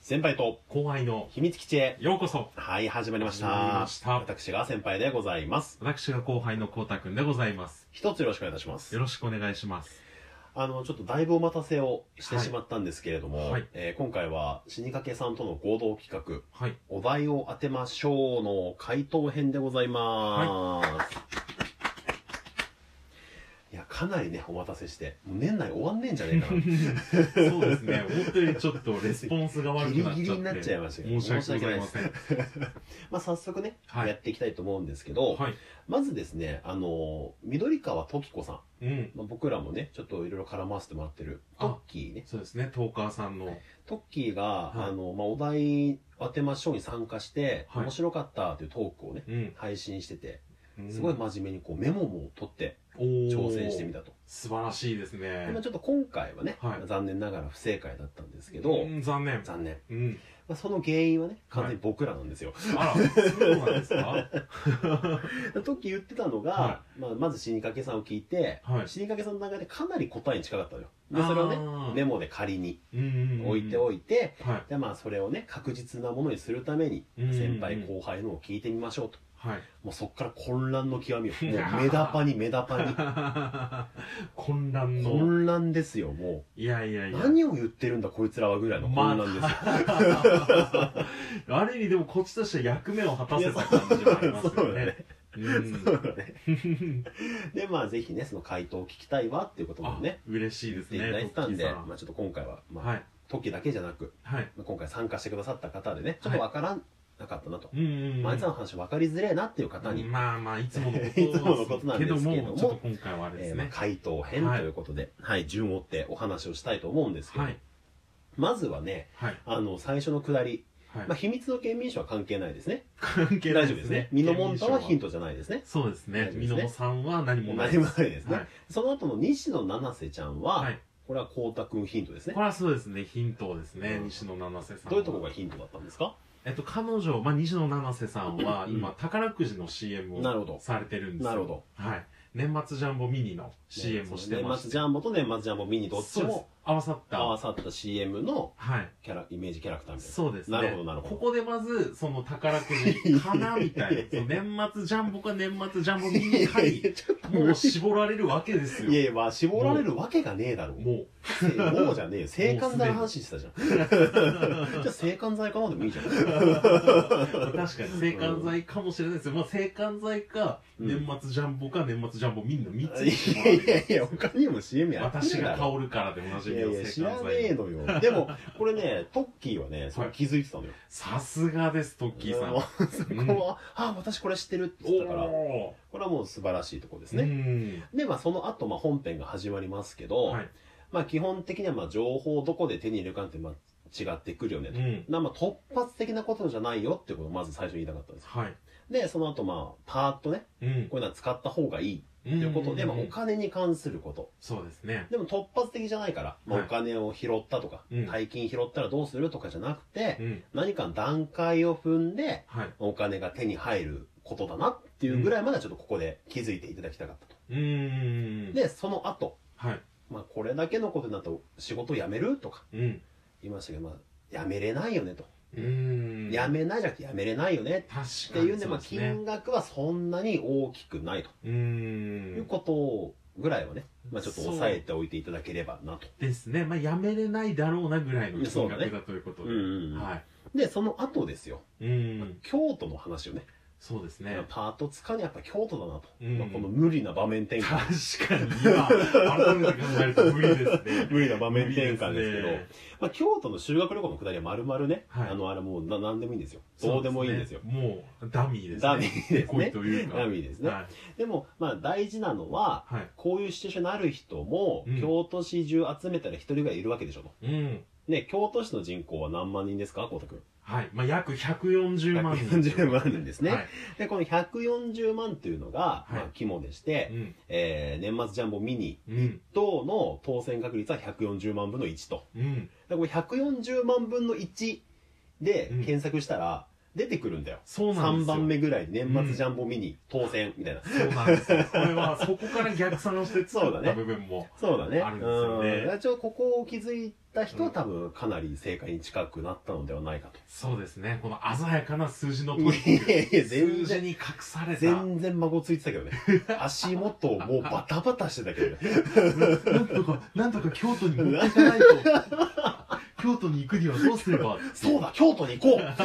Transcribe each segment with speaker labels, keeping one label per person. Speaker 1: 先輩と
Speaker 2: 後輩の
Speaker 1: 秘密基地へ。
Speaker 2: ようこそ
Speaker 1: はい、始まりました。
Speaker 2: 始まりました
Speaker 1: 私が先輩でございます。
Speaker 2: 私が後輩のこうたくんでございます
Speaker 1: 一つよろしくお願いいたします
Speaker 2: よ。ろしくお願いします
Speaker 1: あの、ちょっとだいぶお待たせをしてしまったんですけれども、
Speaker 2: はいはい
Speaker 1: えー今回は死にかけさんとの合同企画、
Speaker 2: はい
Speaker 1: お題を当てましょうの回答編でございます。い、や、かなりね、お待たせして、もう年内終わんねえんじゃねえか な。
Speaker 2: そうですね本当にちょっとレスポンスが悪くなっちゃって
Speaker 1: ギリギリになっちゃいましたけど
Speaker 2: 申し訳ございません
Speaker 1: まあ、早速ね、
Speaker 2: はい
Speaker 1: やっていきたいと思うんですけど、
Speaker 2: はい
Speaker 1: まずですね、あの、緑川時子さん。
Speaker 2: うん
Speaker 1: まあ、僕らもね、ちょっといろいろ絡ませてもらってる、
Speaker 2: あ
Speaker 1: トッキーね。
Speaker 2: そうですねトーカーさんの
Speaker 1: トッキーが、
Speaker 2: はい
Speaker 1: あの、まあ、お題当てましょうに参加して、
Speaker 2: はい
Speaker 1: 面白かったっていうトークをね、
Speaker 2: うん
Speaker 1: 配信してて、
Speaker 2: うん
Speaker 1: すごい真面目にこうメモも取って
Speaker 2: おー
Speaker 1: 挑戦してみたと。
Speaker 2: 素晴らしいです
Speaker 1: で
Speaker 2: ね
Speaker 1: まあちょっと今回はね、
Speaker 2: はい
Speaker 1: 残念ながら不正解だったんですけど、
Speaker 2: うん残念
Speaker 1: 残念。
Speaker 2: うん
Speaker 1: まあ、その原因はね、完全に僕らなんです よ。
Speaker 2: あらそうなんです か
Speaker 1: トッキー言ってたのが、
Speaker 2: は
Speaker 1: まあ、まず死にかけさんを聞いて、
Speaker 2: はい
Speaker 1: 死にかけさんの段階でかなり答えに近かったのよ。で、それをね、メモで仮に
Speaker 2: モ
Speaker 1: 置いておいて、
Speaker 2: は
Speaker 1: でまあそれをね確実なものにするために
Speaker 2: いうん
Speaker 1: 先輩後輩のを聞いてみましょうと、
Speaker 2: はい
Speaker 1: もうそっから混乱の 極みをもう目だぱに目だぱ
Speaker 2: 混乱
Speaker 1: に
Speaker 2: の
Speaker 1: 混乱ですよも
Speaker 2: いやいや
Speaker 1: う
Speaker 2: いや
Speaker 1: 何を言ってるんだこいつらはぐらいの
Speaker 2: まあ
Speaker 1: 混乱ですよ、
Speaker 2: ある意味でもこっちとしては役目を果たせた感じ はあります
Speaker 1: そう
Speaker 2: よ
Speaker 1: だ
Speaker 2: ね
Speaker 1: ね
Speaker 2: う ん
Speaker 1: そうだねでまあぜひねその回答を聞きたいわっていうことも
Speaker 2: あ
Speaker 1: ね
Speaker 2: 嬉しいですね
Speaker 1: 言っていただいてたんで、
Speaker 2: トッキーさん
Speaker 1: まあ、ちょっと今回は、まあ
Speaker 2: はい
Speaker 1: 時だけじゃなく
Speaker 2: はい
Speaker 1: 今回参加してくださった方でねちょっとわからなかったなと、
Speaker 2: うんうんうん
Speaker 1: まああいつらの話分かりづれえなっていう方に、
Speaker 2: まあまあいつものこと
Speaker 1: いつものことなんですけども
Speaker 2: もちょっと今回はあれで
Speaker 1: え
Speaker 2: す
Speaker 1: ーまあ
Speaker 2: ね
Speaker 1: 回答編ということで、はい順を追ってお話をしたいと思うんですけど、
Speaker 2: はい
Speaker 1: まずはね
Speaker 2: はい
Speaker 1: あの最初のくだり、
Speaker 2: はい
Speaker 1: まあ、秘密の県民賞は関係ないですね
Speaker 2: 関係な
Speaker 1: 大
Speaker 2: い
Speaker 1: 丈夫ですねミノモンタはヒントじゃないですね
Speaker 2: そうです
Speaker 1: 大丈
Speaker 2: ね
Speaker 1: 夫で
Speaker 2: ミ
Speaker 1: すね
Speaker 2: ノモさんは何もない
Speaker 1: 何もないですね、
Speaker 2: はい
Speaker 1: その後の西野七瀬ちゃんは、
Speaker 2: はい
Speaker 1: これは光太くんヒントですね
Speaker 2: これはそうですねヒントですね
Speaker 1: うん
Speaker 2: 西野七瀬さんは
Speaker 1: どういうところがヒントだったんですか
Speaker 2: えっと、彼女、まあ、西野七瀬さんは、
Speaker 1: うん
Speaker 2: 今、宝くじの CM
Speaker 1: なるほど
Speaker 2: をされてるんですよ。
Speaker 1: なるほど。
Speaker 2: はい。年末ジャンボミニの CM をしてま
Speaker 1: 年
Speaker 2: す。
Speaker 1: 末ジャンボと年末ジャンボミニどっち
Speaker 2: そうです
Speaker 1: も
Speaker 2: 合わさった。
Speaker 1: 合わさった CM の
Speaker 2: はい。
Speaker 1: キャライメージキャラクターみたいな
Speaker 2: そうですね。
Speaker 1: なるほどなるほど
Speaker 2: ここでまず、その宝くじかなみたいな。 その年末ジャンボか年末ジャンボミニかに、
Speaker 1: ちょっと
Speaker 2: も
Speaker 1: 無
Speaker 2: う
Speaker 1: 理
Speaker 2: 絞られるわけですよ。
Speaker 1: いやいやまあ絞られるわけがねえだろう
Speaker 2: もう。
Speaker 1: もうじゃ ねえよ。性感剤の話してたじゃん。じゃあ性感剤かなでもいい じゃん。
Speaker 2: 確かに、性感剤かもしれないですよ。まあ、性感剤か、
Speaker 1: うん
Speaker 2: 年末ジャンボか年末ジャンボミニの3つに
Speaker 1: い
Speaker 2: 絞ら
Speaker 1: や
Speaker 2: れ
Speaker 1: い
Speaker 2: る。
Speaker 1: やいや、他にも CM やって
Speaker 2: 私
Speaker 1: るだ
Speaker 2: が
Speaker 1: ろ。
Speaker 2: 香るからでおなじ
Speaker 1: い
Speaker 2: み
Speaker 1: や
Speaker 2: の
Speaker 1: いや、知
Speaker 2: 性
Speaker 1: ら
Speaker 2: 感
Speaker 1: ね
Speaker 2: 剤
Speaker 1: えのよ。でも、これ ね、トッキーはね、それ気づいてたのよ。
Speaker 2: さすがです、トッキーさん。
Speaker 1: もうそこは、あ、私これ知ってるって言ってたから、
Speaker 2: お
Speaker 1: これはもう素晴らしいとこです
Speaker 2: ーう
Speaker 1: ね。
Speaker 2: ん。
Speaker 1: で、まあその後、まあ本編が始まりますけど
Speaker 2: は、い。
Speaker 1: まあ基本的にはまあ情報をどこで手に入れるかって、まあ違ってくるよね
Speaker 2: う
Speaker 1: と。
Speaker 2: ん。
Speaker 1: なまあ突発的なことじゃないよってことをまず最初に言いたかったんですよ。
Speaker 2: はい。
Speaker 1: で、その後まあ、パーッとね、
Speaker 2: うん。
Speaker 1: こういうのは使った方がいい
Speaker 2: と
Speaker 1: ということで、まあ、お金に関すること。
Speaker 2: そうですね。
Speaker 1: でも突発的じゃないから、まあ、
Speaker 2: はい
Speaker 1: お金を拾ったとか、
Speaker 2: うん
Speaker 1: 大金拾ったらどうするとかじゃなくて
Speaker 2: う、ん。
Speaker 1: 何かの段階を踏んで、
Speaker 2: はい。
Speaker 1: お金が手に入ることだなっていうぐらいまではちょっとここで気づいていただきたかったと。
Speaker 2: うーん。
Speaker 1: で、その後、
Speaker 2: はい。
Speaker 1: まあ、これだけのことになると仕事辞めるとか
Speaker 2: うん。
Speaker 1: 言いましたけど、まあ、辞めれないよねと。
Speaker 2: うーん。
Speaker 1: 辞めないじゃなくて辞めれないよね
Speaker 2: 確かに。
Speaker 1: っていうんで、
Speaker 2: そ
Speaker 1: まあ、
Speaker 2: すね
Speaker 1: 金額はそんなに大きくないと。
Speaker 2: う
Speaker 1: いう
Speaker 2: ーん。
Speaker 1: ことをぐらいはね、まあ、ちょっと抑えておいていただければなと。
Speaker 2: ですね。まあ、やめれないだろうなぐらいの
Speaker 1: そう
Speaker 2: 金
Speaker 1: だね
Speaker 2: 額だということ
Speaker 1: う
Speaker 2: で。
Speaker 1: んうん
Speaker 2: はい。
Speaker 1: で、その後ですよ、
Speaker 2: うん。
Speaker 1: 京都の話をね、
Speaker 2: そうですね。
Speaker 1: パートつかにやっぱ京都だなと。
Speaker 2: うん
Speaker 1: まあ、この無理な場面転換。
Speaker 2: 確かに、今、改めて考えると無理です ね。
Speaker 1: 無理な場面転換ですけど、
Speaker 2: 無理ね
Speaker 1: まあ、京都の修学旅行のくだりは丸々ね、
Speaker 2: はい
Speaker 1: あの、あれもうな何でもいいんですよ。どうでもいいんですよ。
Speaker 2: そうねもう、ダミーですね。
Speaker 1: ダミーですね
Speaker 2: 恋というか。
Speaker 1: ダミーですね
Speaker 2: はい。
Speaker 1: でも、まあ大事なのは、
Speaker 2: はい。
Speaker 1: こういうシチュエーションになる人も、
Speaker 2: うん
Speaker 1: 京都市中集めたら一人ぐらいいるわけでしょと。
Speaker 2: うん。
Speaker 1: ね、京都市の人口は何万人ですか、こうたくん。
Speaker 2: はい。まあ、約140万人。
Speaker 1: 140万人ですね
Speaker 2: はい。
Speaker 1: で、この140万というのが、
Speaker 2: はい
Speaker 1: まあ、肝でして
Speaker 2: う、ん。
Speaker 1: えー、年末ジャンボミニ
Speaker 2: うん。
Speaker 1: 等の当選確率は140万分の1と。
Speaker 2: うん。
Speaker 1: だからこれ140万分の1で
Speaker 2: うん
Speaker 1: 検索したら、出てくるんだよ。
Speaker 2: そうなん
Speaker 1: 3
Speaker 2: ですよ。
Speaker 1: 番目ぐらい、年末ジャンボミニ当選、みたいな。
Speaker 2: そうなんですよ。これは、そこから逆算をして
Speaker 1: そう
Speaker 2: 作
Speaker 1: だ
Speaker 2: っ
Speaker 1: ね
Speaker 2: た部分も。
Speaker 1: そうだね。
Speaker 2: あるんですよね
Speaker 1: うんだからちょっとここを気づいった人は多分かなり正解に近くなったのではないか と。
Speaker 2: そうですね。この鮮やかな数字のトリ
Speaker 1: い
Speaker 2: ック。
Speaker 1: やいや、全
Speaker 2: 数字
Speaker 1: 然、
Speaker 2: に隠された。
Speaker 1: 全然孫ついてたけどね。足元をもうバタバタしてたけどね。
Speaker 2: なんとか、なんとか京都に持ってい かないと。京都に行くにはどうすれば
Speaker 1: そうだ、京都に行こう
Speaker 2: っ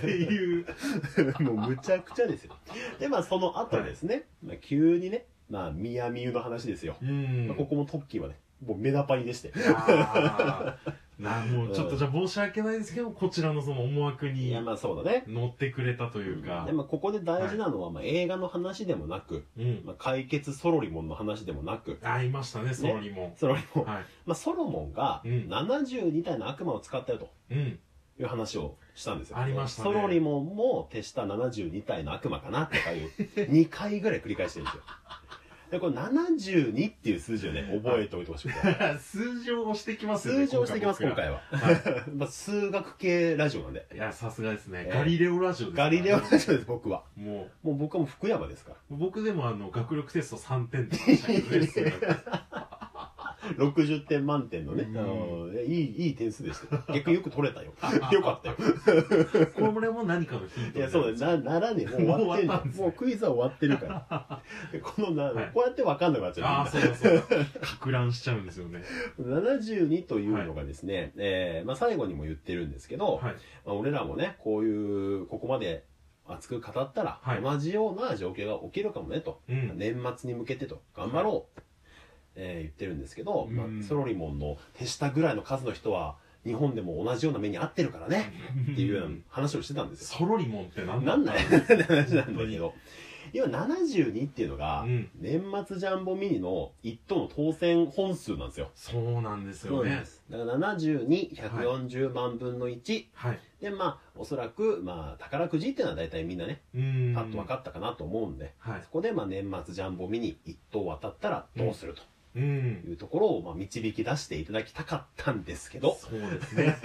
Speaker 2: ていう。
Speaker 1: もうむちゃくちゃですよ。で、まあその後ですね、まあ、急にね、まあ宮美優の話ですよ。
Speaker 2: うん
Speaker 1: まあここもトッキーはね、もう目玉パりでして。
Speaker 2: あー なもうちょっとじゃあ申し訳ないですけど、こちらのその思惑
Speaker 1: い
Speaker 2: に
Speaker 1: や、まあそうだね。
Speaker 2: 乗ってくれたというか
Speaker 1: で、もここで大事なのは、まあ映画の話でもなく、
Speaker 2: うん。
Speaker 1: まあ、解決ソロリモンの話でもなく、
Speaker 2: あ、いましたね、ソロリも。
Speaker 1: ソロリモン、
Speaker 2: は
Speaker 1: まあソロモンが
Speaker 2: うん
Speaker 1: 72体の悪魔を使ったよと
Speaker 2: い。うん。
Speaker 1: いう話をしたんですよ。
Speaker 2: ありましたね
Speaker 1: ソロリモンも手した72体の悪魔かなっていう、2回 ぐらい繰り返してるんですよ。で、これ72っていう数字をね、覚えておいてほしくて。
Speaker 2: 数字を押してきますよ
Speaker 1: 数
Speaker 2: ね。
Speaker 1: 字をしていきます、今回は。まあ数学系ラジオなんで。
Speaker 2: 僕ら。いや、さすがですね
Speaker 1: え。ー
Speaker 2: ガリレオラジオですから
Speaker 1: ガ
Speaker 2: ね
Speaker 1: リレオラジオです、僕は。
Speaker 2: も
Speaker 1: もう僕はもう福山ですから。
Speaker 2: う、僕でもあの、学力テスト3点でしたけどね 数学。
Speaker 1: 60点満点のね、
Speaker 2: うん
Speaker 1: あのいい、いい点数でしたよ。逆によく取れたよ。 よかったよ。
Speaker 2: これも何かのヒン
Speaker 1: い
Speaker 2: ト
Speaker 1: や、そう
Speaker 2: す。
Speaker 1: だよ、な、ならねえ、もう終わってんじゃ
Speaker 2: もう終わったん
Speaker 1: ん。
Speaker 2: ですね
Speaker 1: もうクイズは終わってるから。 このな、
Speaker 2: はい
Speaker 1: こうやってわかんなくなっちゃ
Speaker 2: ああ、
Speaker 1: う。
Speaker 2: そうだそうだ。か乱しちゃうんですよね。
Speaker 1: 72というのがですね、えーまあ最後にも言ってるんですけど、
Speaker 2: はい。
Speaker 1: まあ、俺らもね、こういう、ここまで熱く語ったら、
Speaker 2: はい
Speaker 1: 同じような状況が起きるかもねと。
Speaker 2: うん。
Speaker 1: 年末に向けてと頑張ろう、えー言ってるんですけど、まあ
Speaker 2: うん
Speaker 1: ソロリモンの手下ぐらいの数の人は日本でも同じような目に遭ってるからねっていうような話をしてたんですよ。
Speaker 2: ソロリモンって何
Speaker 1: な
Speaker 2: だ
Speaker 1: んだよって話なんだけど要は72っていうのが、
Speaker 2: うん
Speaker 1: 年末ジャンボミニの1等の当選本数なんですよ。
Speaker 2: そうなんですよね。
Speaker 1: だから72140万分の1、
Speaker 2: はい。
Speaker 1: でまあおそらく、まあ、宝くじっていうのは大体みんなね
Speaker 2: うん。
Speaker 1: パッと分かったかなと思うんで、
Speaker 2: はい
Speaker 1: そ。こでまあ年末ジャンボミニ1等渡ったらどうすると。
Speaker 2: うん。
Speaker 1: いうところをまあ導き出していただきたかったんですけど、
Speaker 2: そうですね。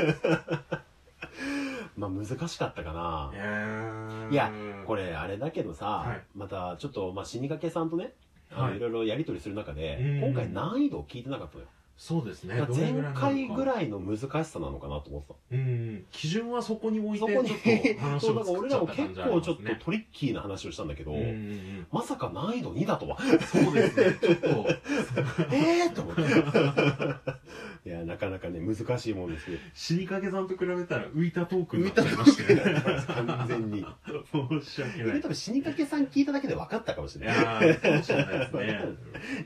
Speaker 1: まあ難しかったかな。 い
Speaker 2: い
Speaker 1: や、これあれだけどさ、
Speaker 2: はい
Speaker 1: またちょっとまあ死にかけさんとね、あ
Speaker 2: は
Speaker 1: の
Speaker 2: い
Speaker 1: いろいろやり取りする中で、
Speaker 2: うん
Speaker 1: 今回難易度を聞いてなかったのよ。
Speaker 2: そうですね
Speaker 1: だ。から前回ぐ
Speaker 2: い。
Speaker 1: らいの難しさなのかなと思ってた。
Speaker 2: うん。基準はそこに置い
Speaker 1: そ
Speaker 2: て、ち
Speaker 1: こ
Speaker 2: ょっ
Speaker 1: に
Speaker 2: と、話
Speaker 1: そう、だ
Speaker 2: を
Speaker 1: から
Speaker 2: 作っ
Speaker 1: 俺
Speaker 2: ち
Speaker 1: ら
Speaker 2: ゃ
Speaker 1: も
Speaker 2: った
Speaker 1: 結
Speaker 2: 感じあり
Speaker 1: 構
Speaker 2: ます
Speaker 1: ちょっと
Speaker 2: ね。
Speaker 1: トリッキーな話をしたんだけど、
Speaker 2: うんうん
Speaker 1: まさか難易度2だとは、
Speaker 2: うん。そうですね。ちょっと、
Speaker 1: えーと思って。いや、なかなかね、難しいもんですよ。
Speaker 2: 死にかけさんと比べたら浮いたトークに
Speaker 1: 浮
Speaker 2: ないっち
Speaker 1: た
Speaker 2: ゃい
Speaker 1: と
Speaker 2: ま
Speaker 1: こ
Speaker 2: した よね。
Speaker 1: 完全に。
Speaker 2: 申し訳な
Speaker 1: 俺
Speaker 2: い。
Speaker 1: 多分死にかけさん聞いただけで分かったかもし
Speaker 2: い
Speaker 1: れない。
Speaker 2: やー、かもしれないですね。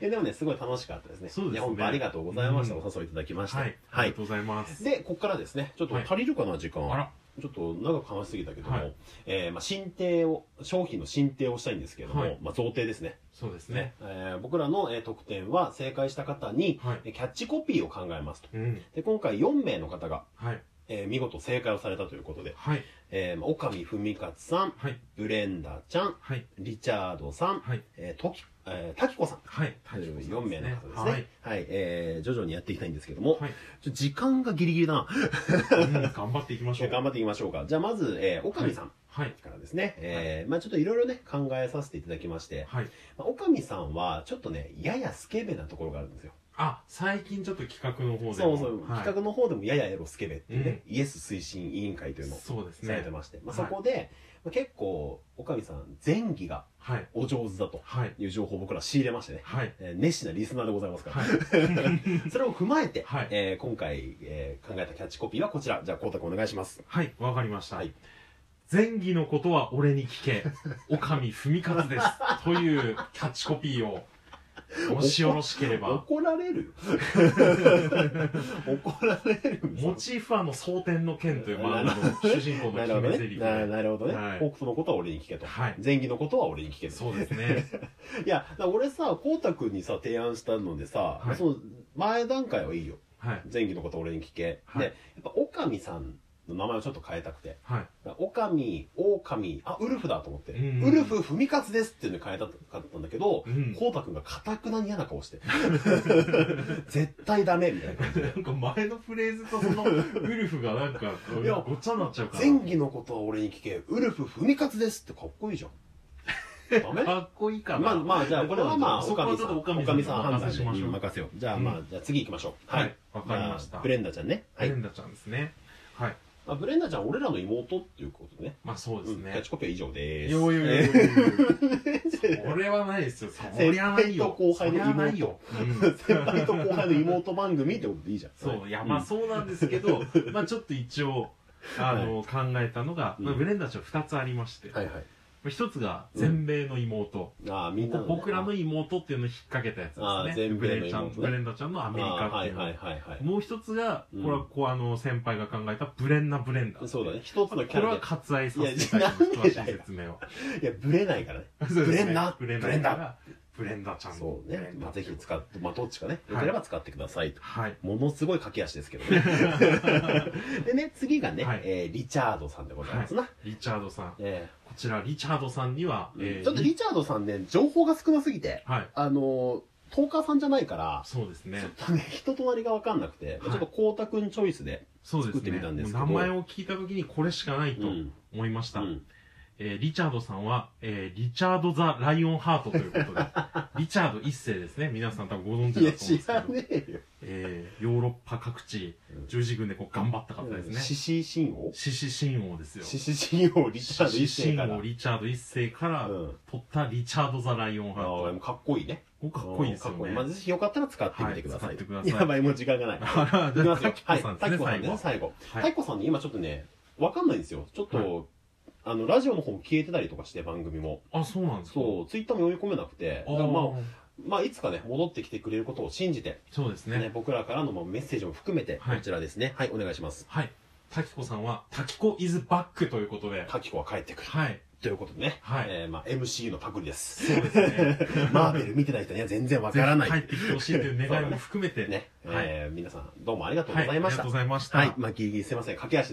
Speaker 1: えでもね、すごい楽しかったですね。
Speaker 2: そうですね
Speaker 1: いや本当ありがとうございました。
Speaker 2: うん
Speaker 1: お誘いいただきました。
Speaker 2: はい。ありがとうございます。
Speaker 1: で、ここからですね、ちょっと
Speaker 2: はい
Speaker 1: 足りるかな、時間。
Speaker 2: あら、
Speaker 1: ちょっと長く話しすぎたけども、
Speaker 2: はい
Speaker 1: えーまあ、進呈を、商品の進呈をしたいんですけれども、
Speaker 2: はい
Speaker 1: まあ、贈呈ですね。
Speaker 2: そうですね。
Speaker 1: えー僕らの、えー特典は、正解した方に、
Speaker 2: はい。
Speaker 1: えーキャッチコピーを考えますと。
Speaker 2: うん。
Speaker 1: で、今回4名の方が、
Speaker 2: はい。
Speaker 1: えー見事正解をされたということで、
Speaker 2: はい。
Speaker 1: えー、まあ岡見文勝さん、
Speaker 2: はい。
Speaker 1: ブレンダちゃん、
Speaker 2: はい。
Speaker 1: リチャードさん、
Speaker 2: はい。
Speaker 1: えー、とき、えー、滝子さん。
Speaker 2: はい。
Speaker 1: 4名の方ですね。
Speaker 2: は
Speaker 1: はいい。。えー、徐々にやっていきたいんですけども、
Speaker 2: はい
Speaker 1: ちょ時間がギリギリだな。
Speaker 2: うん頑張っていきましょう。
Speaker 1: 頑張っていきましょうか。じゃあまず、えー、おかみさん
Speaker 2: はい。
Speaker 1: からですね。えー、まあちょっといろいろね、考えさせていただきまして、
Speaker 2: はい。
Speaker 1: まあ、おかみさんは、ちょっとね、ややスケベなところがあるんですよ。
Speaker 2: あ、最近ちょっと企画の方で
Speaker 1: そ
Speaker 2: も。
Speaker 1: うそう。
Speaker 2: はい
Speaker 1: 企画の方でもややエロスケベっていうね、イエス推進委員会というのを
Speaker 2: そうです
Speaker 1: され
Speaker 2: ね
Speaker 1: て。まして、まあそ
Speaker 2: はい
Speaker 1: こで、まあ結構、おかみさん、前儀が
Speaker 2: はい。
Speaker 1: お上手だと
Speaker 2: はい。
Speaker 1: いう情報を僕ら仕入れましてね。
Speaker 2: はい。
Speaker 1: えー熱心なリスナーでございますから。
Speaker 2: はい。
Speaker 1: それを踏まえて、
Speaker 2: はい
Speaker 1: えー今回、えー考えたキャッチコピーはこちら。じゃあ、光太君お願いします。
Speaker 2: はい。わかりました
Speaker 1: はい。
Speaker 2: 前儀のことは俺に 聞け。おかみふみかつです。というキャッチコピーを、もしよろしければ。
Speaker 1: 怒られ るよ。怒られる
Speaker 2: モチーフはあの、蒼天の剣という漫画の主人公の
Speaker 1: なるほどね
Speaker 2: 決め台詞。
Speaker 1: な。なるほどね。
Speaker 2: はい
Speaker 1: 北斗のことは俺に聞けと。
Speaker 2: はい。
Speaker 1: 前儀のことは俺に聞けと。
Speaker 2: そうですね。
Speaker 1: いや、だから俺さ、光太君にさ、提案したのでさ、
Speaker 2: はい
Speaker 1: その前段階はいいよ。
Speaker 2: はい。
Speaker 1: 前儀のことは俺に聞け。
Speaker 2: はい
Speaker 1: で、やっぱ、おかみさんの名前をちょっと変えたくて。
Speaker 2: はい。
Speaker 1: おかみ、おかみ、あ、ウルフだと思って。
Speaker 2: うん
Speaker 1: ウルフ、ふみかつですっていうのに変えたかったんだけど、
Speaker 2: うん
Speaker 1: こうたくんがかたくなに嫌な顔 して。絶対ダメみたいな感じで。
Speaker 2: なんか前のフレーズとそのウルフがなんか
Speaker 1: いや
Speaker 2: ごっちゃになっちゃうから
Speaker 1: 前儀のことは俺に聞け、ウルフ、ふみかつですってかっこいいじゃん。ダ メ
Speaker 2: かっこいいか
Speaker 1: ま
Speaker 2: な。
Speaker 1: あまあ、じゃあ、これはまあ、お
Speaker 2: そこ
Speaker 1: か
Speaker 2: は
Speaker 1: み
Speaker 2: ち
Speaker 1: さ
Speaker 2: ょ
Speaker 1: ん、
Speaker 2: っと
Speaker 1: お
Speaker 2: おか
Speaker 1: かみ
Speaker 2: み
Speaker 1: さ
Speaker 2: さ
Speaker 1: ん
Speaker 2: ん
Speaker 1: 判断
Speaker 2: お
Speaker 1: に
Speaker 2: 任せしましょう
Speaker 1: 任せよう。じゃあまあ、じゃあ次行きましょう。
Speaker 2: は
Speaker 1: はい
Speaker 2: い。。わ
Speaker 1: じ
Speaker 2: かり
Speaker 1: ゃ
Speaker 2: ました。
Speaker 1: あ、ブレンダちゃんね。は
Speaker 2: ブレ
Speaker 1: い。
Speaker 2: ンダちゃんですね。はい。
Speaker 1: あブレンダちゃん、俺らの妹っていうことね。
Speaker 2: まあそうです
Speaker 1: うんキャッ
Speaker 2: ね。
Speaker 1: チコピーは以上でーす。
Speaker 2: よいよいよいよい よ。それはないですよ。そりゃない
Speaker 1: 先
Speaker 2: よ。
Speaker 1: 輩と後輩の妹
Speaker 2: そりゃないよ。うん
Speaker 1: 先輩と後輩の妹番組ってことでいいじゃん。
Speaker 2: そう、いや、
Speaker 1: ん
Speaker 2: まあそうなんです けど、まあちょっと一応、あの、考えたのが、まあ
Speaker 1: うん
Speaker 2: ブレンダちゃん2つありまして、
Speaker 1: はいはい。
Speaker 2: 一つが全米の妹。
Speaker 1: ああ、みんなね
Speaker 2: 僕らの妹っていうのを引っ掛けたやつ
Speaker 1: あー
Speaker 2: ですね。
Speaker 1: 全
Speaker 2: ブ
Speaker 1: 米
Speaker 2: レ
Speaker 1: の
Speaker 2: ンちゃん
Speaker 1: 妹
Speaker 2: ブレンダちゃんのアメリカ
Speaker 1: ああ
Speaker 2: っ
Speaker 1: は
Speaker 2: て
Speaker 1: い
Speaker 2: いうの
Speaker 1: はいはいはい。
Speaker 2: もう一つが、
Speaker 1: うん
Speaker 2: これはこうあの先輩が考えたブレンナブレンダ。
Speaker 1: そうだね。一つのキャ
Speaker 2: これ
Speaker 1: ラ
Speaker 2: は
Speaker 1: で。
Speaker 2: 割愛させていただきます。
Speaker 1: いやなんで
Speaker 2: 詳
Speaker 1: だ
Speaker 2: しい
Speaker 1: よ
Speaker 2: 説明を。
Speaker 1: いや、ブレないからね。
Speaker 2: そうですね
Speaker 1: ブレンナ
Speaker 2: ブレンナ。
Speaker 1: ブレンナ
Speaker 2: がブレンダちゃん。
Speaker 1: そう
Speaker 2: ブレ
Speaker 1: ね。
Speaker 2: ンダ
Speaker 1: まあ、ぜひ使って、まあ、どっちかね。よければ使ってくださいと。
Speaker 2: はい。
Speaker 1: ものすごい駆け足ですけど ね。でね、次がね、
Speaker 2: はい
Speaker 1: えーリチャードさんでございますな。
Speaker 2: リチャードさん。
Speaker 1: え
Speaker 2: こちら、リチャードさんには、
Speaker 1: ー
Speaker 2: えー
Speaker 1: ちょっとリチャードさんね、情報が少なすぎて、
Speaker 2: はい。
Speaker 1: あのー、トーカーさんじゃないから、
Speaker 2: そうですね
Speaker 1: ちょっ。とね、人となりがわかんなくて、
Speaker 2: はい
Speaker 1: ちょっと光太くんチョイスで、
Speaker 2: そうです
Speaker 1: 作ってみ
Speaker 2: ね。
Speaker 1: たん
Speaker 2: も
Speaker 1: で
Speaker 2: う
Speaker 1: すけど
Speaker 2: 名前を聞いたときにこれしかないうと
Speaker 1: ん。
Speaker 2: 思いまし
Speaker 1: う
Speaker 2: た。
Speaker 1: ん。
Speaker 2: えーリチャードさんは、えーリチャード・ザ・ライオンハートというこ とで、リチャード一世ですね。皆さん多分ご存知だ
Speaker 1: い
Speaker 2: と思う
Speaker 1: や、
Speaker 2: んです
Speaker 1: 知
Speaker 2: け
Speaker 1: ら
Speaker 2: ど、
Speaker 1: ねえよ。
Speaker 2: えーヨーロッパ各地
Speaker 1: うん、
Speaker 2: 十字軍でこう頑張った方ですね。
Speaker 1: 獅子神王
Speaker 2: 獅子神王ですよ。
Speaker 1: 獅子神王リチャード一世
Speaker 2: 獅
Speaker 1: から。う
Speaker 2: 子神王
Speaker 1: ん。
Speaker 2: リチャード一世から取ったリチャード・ザ・ライオンハ
Speaker 1: あ
Speaker 2: ー
Speaker 1: ー
Speaker 2: ト。
Speaker 1: かっこいいね。
Speaker 2: これかっこいいですよ
Speaker 1: かっこ
Speaker 2: ね。
Speaker 1: まあ、ぜひよかったら使ってみてください。
Speaker 2: はい使ってください
Speaker 1: やばい、もう時間が ない。
Speaker 2: あら、じゃあ、
Speaker 1: い
Speaker 2: タ
Speaker 1: き
Speaker 2: キ
Speaker 1: ま
Speaker 2: コ
Speaker 1: すよ
Speaker 2: さん
Speaker 1: は
Speaker 2: で
Speaker 1: い、
Speaker 2: す
Speaker 1: タキコ
Speaker 2: ね、
Speaker 1: さん
Speaker 2: 最
Speaker 1: ね、
Speaker 2: 後。
Speaker 1: 最後。
Speaker 2: はい
Speaker 1: タイコさんね、今ちょっとね、わかんないんですよ。ちょっと、
Speaker 2: は
Speaker 1: あの、ラジオの方も消えてたりとかして、番組も。
Speaker 2: あ、そうなんですか
Speaker 1: そう、ツイッターも読み込めなくて、
Speaker 2: あ
Speaker 1: だからまあ、
Speaker 2: ー
Speaker 1: まあ、いつかね、戻ってきてくれることを信じて、
Speaker 2: そうです
Speaker 1: ね
Speaker 2: ね。
Speaker 1: 僕らからのまあメッセージも含めて、こ
Speaker 2: はい
Speaker 1: ちらですね。はい、お願いします。
Speaker 2: はい。タキコさんは、タキコイズバックということで。
Speaker 1: タキコは帰ってくる。
Speaker 2: はい。
Speaker 1: ということでね、
Speaker 2: はい
Speaker 1: えーまあ、MC のパクリです。
Speaker 2: そうですね。
Speaker 1: マーベル見てない人には全然わからな
Speaker 2: ぜ
Speaker 1: い。
Speaker 2: ひ帰ってきてほしいという願いも含めて。
Speaker 1: ね、
Speaker 2: はい
Speaker 1: えー皆さん、どうもありがとうご
Speaker 2: はい。あ
Speaker 1: ざい
Speaker 2: り
Speaker 1: ま
Speaker 2: が
Speaker 1: した
Speaker 2: とうご。ざいました。
Speaker 1: はい、まあ、ギリギリすいません。駆け足